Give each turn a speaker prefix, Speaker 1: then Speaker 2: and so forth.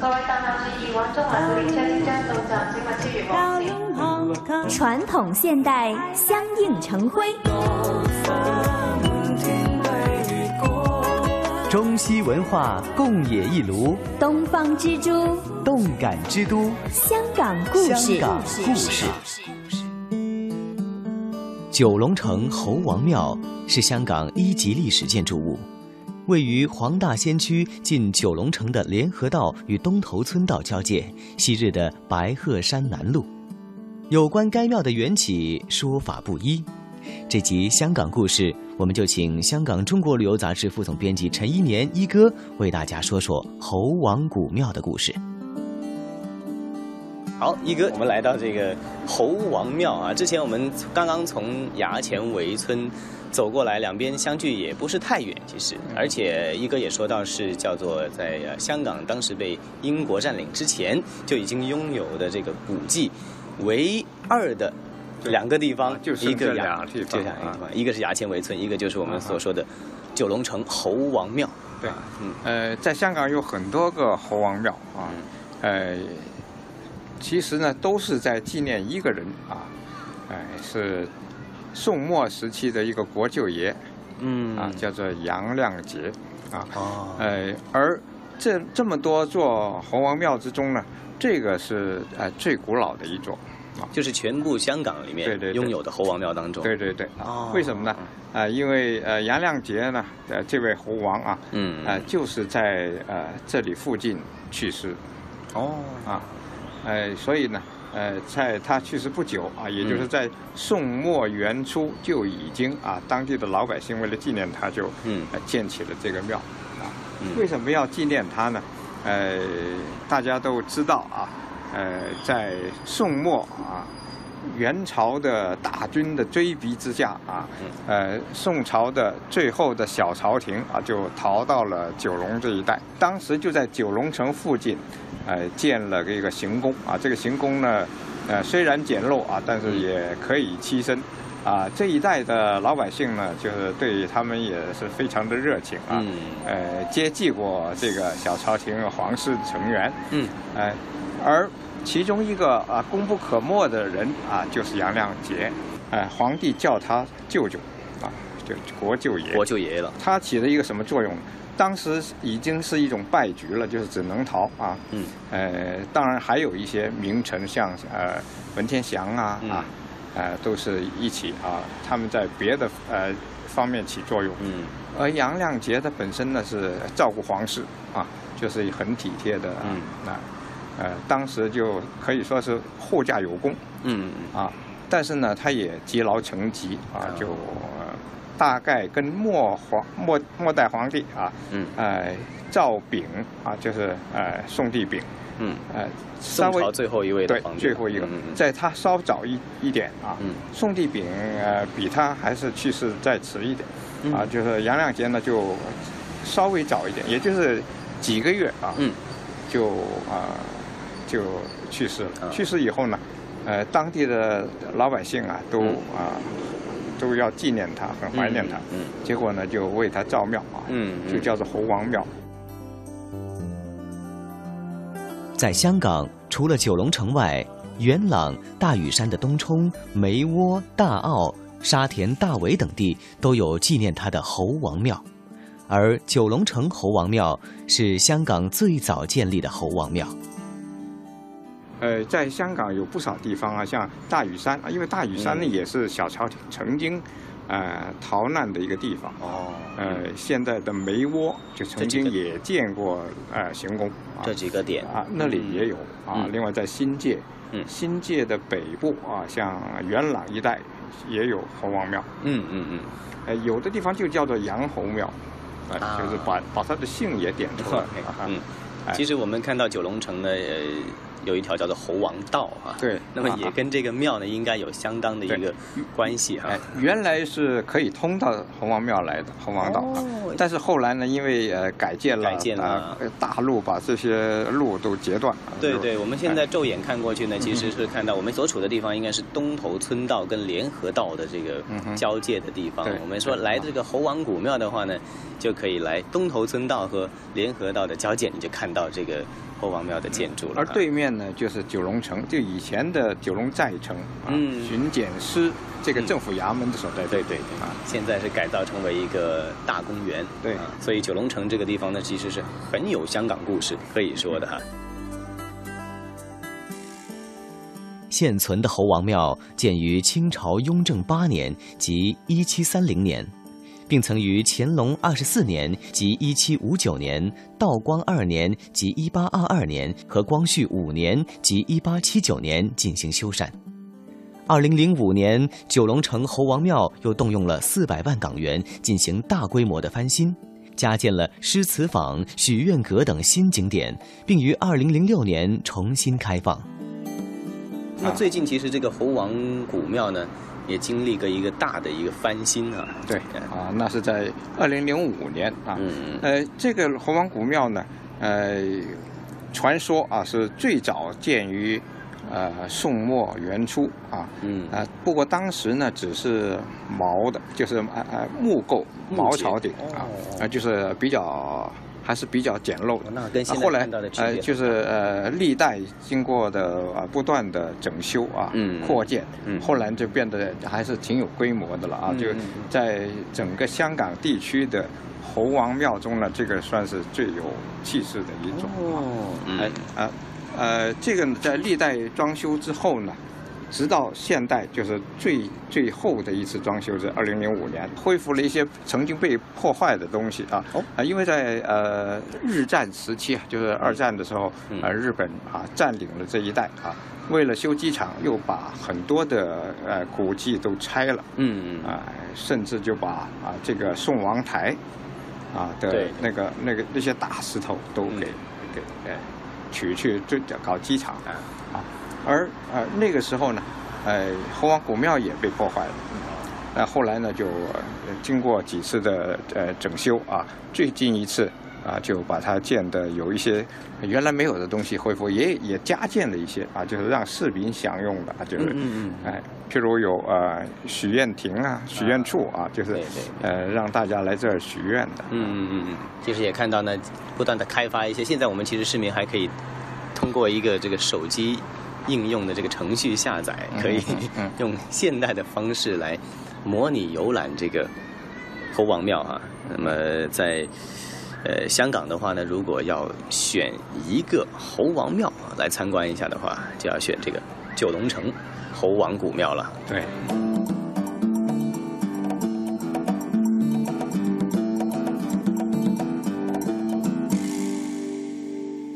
Speaker 1: 各位乘客注意，往中环古里车即将到站，请勿超越黄线。
Speaker 2: 传统现代相映成辉，
Speaker 3: 中西文化共冶一炉，
Speaker 2: 东方之珠，
Speaker 3: 动感之都，
Speaker 2: 香港故
Speaker 3: 香
Speaker 2: 事。
Speaker 3: 港故事。九龙城侯王庙是香港一级历史建筑物，位于黄大仙区近九龙城的联合道与东头村道交界，昔日的白鹤山南路。有关该庙的缘起，说法不一。这集香港故事，我们就请香港《中国旅游杂志》副总编辑陈一年一哥为大家说说侯王古庙的故事。好，一哥，我们来到这个侯王庙啊。之前我们刚刚从衙前围村走过来，两边相距也不是太远，其实。
Speaker 4: 嗯
Speaker 3: 而且一哥也说到是叫做在呃香港当时被英国占领之前就已经拥有的这个古迹，唯二的两个地方，
Speaker 4: 就剩
Speaker 3: 一个
Speaker 4: 这俩
Speaker 3: 衙
Speaker 4: 地方
Speaker 3: 这两个
Speaker 4: 啊
Speaker 3: 地方，一个是衙前围村，一个就是我们
Speaker 4: 啊
Speaker 3: 所说的九龙城侯王庙。
Speaker 4: 对
Speaker 3: 啊嗯，
Speaker 4: 呃，在香港有很多个侯王庙啊，呃，其实呢都是在纪念一个人啊，呃，是宋末时期的一个国舅爷
Speaker 3: 嗯
Speaker 4: 啊，叫做杨亮节啊，
Speaker 3: 哦，
Speaker 4: 呃，而这这么多座侯王庙之中呢，这个是呃最古老的一座，
Speaker 3: 就是全部香港里
Speaker 4: 对
Speaker 3: 面
Speaker 4: 对对
Speaker 3: 拥有的侯王庙当中，
Speaker 4: 对对对
Speaker 3: 哦
Speaker 4: 啊，为什么呢？啊，因为呃杨亮节呢，呃这位侯王啊，
Speaker 3: 嗯，
Speaker 4: 呃就是在呃这里附近去世。
Speaker 3: 哦，
Speaker 4: 啊，呃，所以呢，呃，在他去世不久啊，也就是在宋末元初就已经啊，当地的老百姓为了纪念他就，
Speaker 3: 嗯
Speaker 4: 呃建起了这个庙啊。
Speaker 3: 嗯
Speaker 4: 为什么要纪念他呢？呃，大家都知道啊，呃，在宋末啊。元朝的大军的追逼之下啊，
Speaker 3: 嗯
Speaker 4: 呃，宋朝的最后的小朝廷啊，就逃到了九龙这一带。当时就在九龙城附近，呃，建了这个行宫啊。这个行宫呢，呃，虽然简陋啊，但是也可以栖身。
Speaker 3: 嗯
Speaker 4: 啊，这一带的老百姓呢，就是对他们也是非常的热情啊。
Speaker 3: 嗯
Speaker 4: 呃，接济过这个小朝廷皇室成员，
Speaker 3: 嗯，
Speaker 4: 呃，而其中一个啊功不可没的人啊，就是杨亮节，呃，皇帝叫他舅舅，啊，就国舅爷。
Speaker 3: 我舅爷爷了，
Speaker 4: 他起了一个什么作用？当时已经是一种败局了，就是只能逃啊。
Speaker 3: 嗯。
Speaker 4: 呃，当然还有一些名臣，像呃文天祥啊
Speaker 3: 嗯
Speaker 4: 啊，呃都是一起啊，他们在别的呃方面起作用。
Speaker 3: 嗯
Speaker 4: 而杨亮节他本身呢是照顾皇室啊，就是很体贴的。
Speaker 3: 嗯。
Speaker 4: 那呃，当时就可以说是后驾有功。
Speaker 3: 嗯
Speaker 4: 啊，但是呢，他也积劳成疾啊
Speaker 3: 啊，
Speaker 4: 就、呃大概跟末皇末末代皇帝啊，
Speaker 3: 嗯
Speaker 4: 呃，赵昺啊，就是呃宋帝昺，
Speaker 3: 嗯，
Speaker 4: 呃，稍
Speaker 3: 宋
Speaker 4: 微
Speaker 3: 朝最后一位的
Speaker 4: 对
Speaker 3: 皇帝，
Speaker 4: 最后一个，
Speaker 3: 嗯嗯嗯
Speaker 4: 在他稍早一一点啊，
Speaker 3: 嗯
Speaker 4: 宋帝昺呃比他还是去世再迟一点，
Speaker 3: 嗯
Speaker 4: 啊，就是杨亮节呢就稍微早一点，也就是几个月啊，
Speaker 3: 嗯
Speaker 4: 就啊、就去世
Speaker 3: 啊
Speaker 4: 了。去世以后呢，呃，当地的老百姓啊，都
Speaker 3: 嗯
Speaker 4: 啊、都要纪念他，很怀念他。
Speaker 3: 嗯
Speaker 4: 结果呢，就为他造庙啊，
Speaker 3: 嗯嗯
Speaker 4: 就叫做侯王庙。
Speaker 3: 在香港，除了九龙城外，元朗、大屿山的东冲、梅窝、大澳、沙田大围等地都有纪念他的侯王庙，而九龙城侯王庙是香港最早建立的侯王庙。
Speaker 4: 呃，在香港有不少地方啊，像大屿山，啊因为大屿山呢、
Speaker 3: 嗯
Speaker 4: 也是小朝廷曾经呃逃难的一个地方。
Speaker 3: 哦
Speaker 4: 呃，现在的梅窝就曾
Speaker 3: 这
Speaker 4: 经
Speaker 3: 几个
Speaker 4: 也建过呃行宫啊，
Speaker 3: 这几个点
Speaker 4: 啊，那里也有啊
Speaker 3: 嗯。
Speaker 4: 另外在新界，
Speaker 3: 嗯
Speaker 4: 新界的北部啊，像元朗一带也有侯王庙，
Speaker 3: 嗯嗯嗯，
Speaker 4: 呃，有的地方就叫做杨侯庙，啊，
Speaker 3: 啊
Speaker 4: 就是把把他的姓也点出来
Speaker 3: OK，
Speaker 4: 啊。
Speaker 3: 嗯
Speaker 4: 哎
Speaker 3: 其实我们看到九龙城呢，呃，有一条叫做猴王道啊，
Speaker 4: 对
Speaker 3: 那么也跟这个庙呢，应该有相当的一个关系哈、
Speaker 4: 哎，原来是可以通到侯王庙来的侯王道啊，但是后来呢，因为呃改建了，
Speaker 3: 改建了
Speaker 4: 呃大路把这些路都截断了。
Speaker 3: 对
Speaker 4: 就
Speaker 3: 对，我们现
Speaker 4: 哎
Speaker 3: 在骤眼看过去呢，其
Speaker 4: 嗯
Speaker 3: 实是看到我们所处的地方应该是东头村道跟联合道的这个
Speaker 4: 嗯哼
Speaker 3: 交界的地方
Speaker 4: 对。
Speaker 3: 我们说来这个侯王古庙的话呢，就可以来东头村道和联合道的交界，你就看到这个
Speaker 5: 侯王庙的建筑了、
Speaker 4: 嗯
Speaker 5: 啊
Speaker 4: 而，对面呢就是九龙城，就以前的九龙寨城啊，
Speaker 5: 嗯
Speaker 4: 巡检司这个
Speaker 5: 嗯
Speaker 4: 政府衙门的所在地。
Speaker 5: 对对对
Speaker 4: 啊，
Speaker 5: 现在是改造成为一个大公园。
Speaker 4: 对
Speaker 5: 啊所以九龙城这个地方呢，其实是很有香港故事可以说的哈。现存的侯王庙建于清朝雍正八年及一七三零年，并曾于乾隆二十四年及一七五九年、道光二年及一八二二年和光绪五年及一八七九年进行修缮。二零零五年，九龙城侯王庙又动用了四百万港元进行大规模的翻新，加建了诗词坊、许愿阁等新景点，并于二零零六年重新开放。
Speaker 4: 嗯
Speaker 5: 那
Speaker 4: 啊
Speaker 5: 么最近，其实这个侯王古庙呢，也经历过一个大的一个翻新啊。
Speaker 4: 对啊，那是在二零零五年啊。
Speaker 5: 嗯，
Speaker 4: 呃，这个侯王古庙呢，呃，传说啊是最早建于呃宋末元初啊。
Speaker 5: 嗯
Speaker 4: 啊，不过当时呢，只是毛的，就是呃呃木构
Speaker 5: 木
Speaker 4: 毛
Speaker 5: 结
Speaker 4: 朝顶啊
Speaker 5: 哦，
Speaker 4: 啊就是比较还是比较简陋的。
Speaker 5: 那跟
Speaker 4: 啊
Speaker 5: 现在
Speaker 4: 后来
Speaker 5: 看到的区别
Speaker 4: 呃，就是呃，历代经过的啊不断的整修啊，
Speaker 5: 嗯
Speaker 4: 扩建，
Speaker 5: 嗯
Speaker 4: 后来就变得还是挺有规模的了啊，
Speaker 5: 嗯
Speaker 4: 就
Speaker 5: 嗯嗯
Speaker 4: 在整个香港地区的侯王庙中呢，这个算是最有气势的一种啊。
Speaker 5: 哦，
Speaker 4: 哎
Speaker 5: 嗯
Speaker 4: 啊呃，这个呢在历代装修之后呢，直到现代就是最最后的一次装修是二零零五年，恢复了一些曾经被破坏的东西啊。
Speaker 5: 哦
Speaker 4: 啊，因为在呃日战时期啊，就是二战的时候，
Speaker 5: 嗯
Speaker 4: 呃日本啊占领了这一带啊，为了修机场，又把很多的呃古迹都拆了。
Speaker 5: 嗯
Speaker 4: 啊，甚至就把啊这个宋王台啊的
Speaker 5: 对嗯
Speaker 4: 那个那个那些大石头都给、给呃取去就搞机场
Speaker 5: 啊
Speaker 4: 啊，而呃那个时候呢，呃侯王古庙也被破坏了。那后来呢，就呃经过几次的呃整修啊，最近一次啊，就把它建的有一些原来没有的东西恢复，也也加建了一些啊，就是让市民享用的，啊，就是
Speaker 5: 嗯嗯
Speaker 4: 哎，譬如有呃许愿亭啊、许愿处啊，就是
Speaker 5: 对对
Speaker 4: 呃让大家来这儿许愿的。
Speaker 5: 嗯嗯嗯，其实也看到呢，不断的开发一些。现在我们其实市民还可以通过一个这个手机应用的这个程序下载，可以
Speaker 4: 嗯嗯嗯
Speaker 5: 用现代的方式来模拟游览这个侯王庙啊。那么在呃香港的话呢，如果要选一个侯王庙啊来参观一下的话，就要选这个九龙城侯王古庙了。
Speaker 4: 对，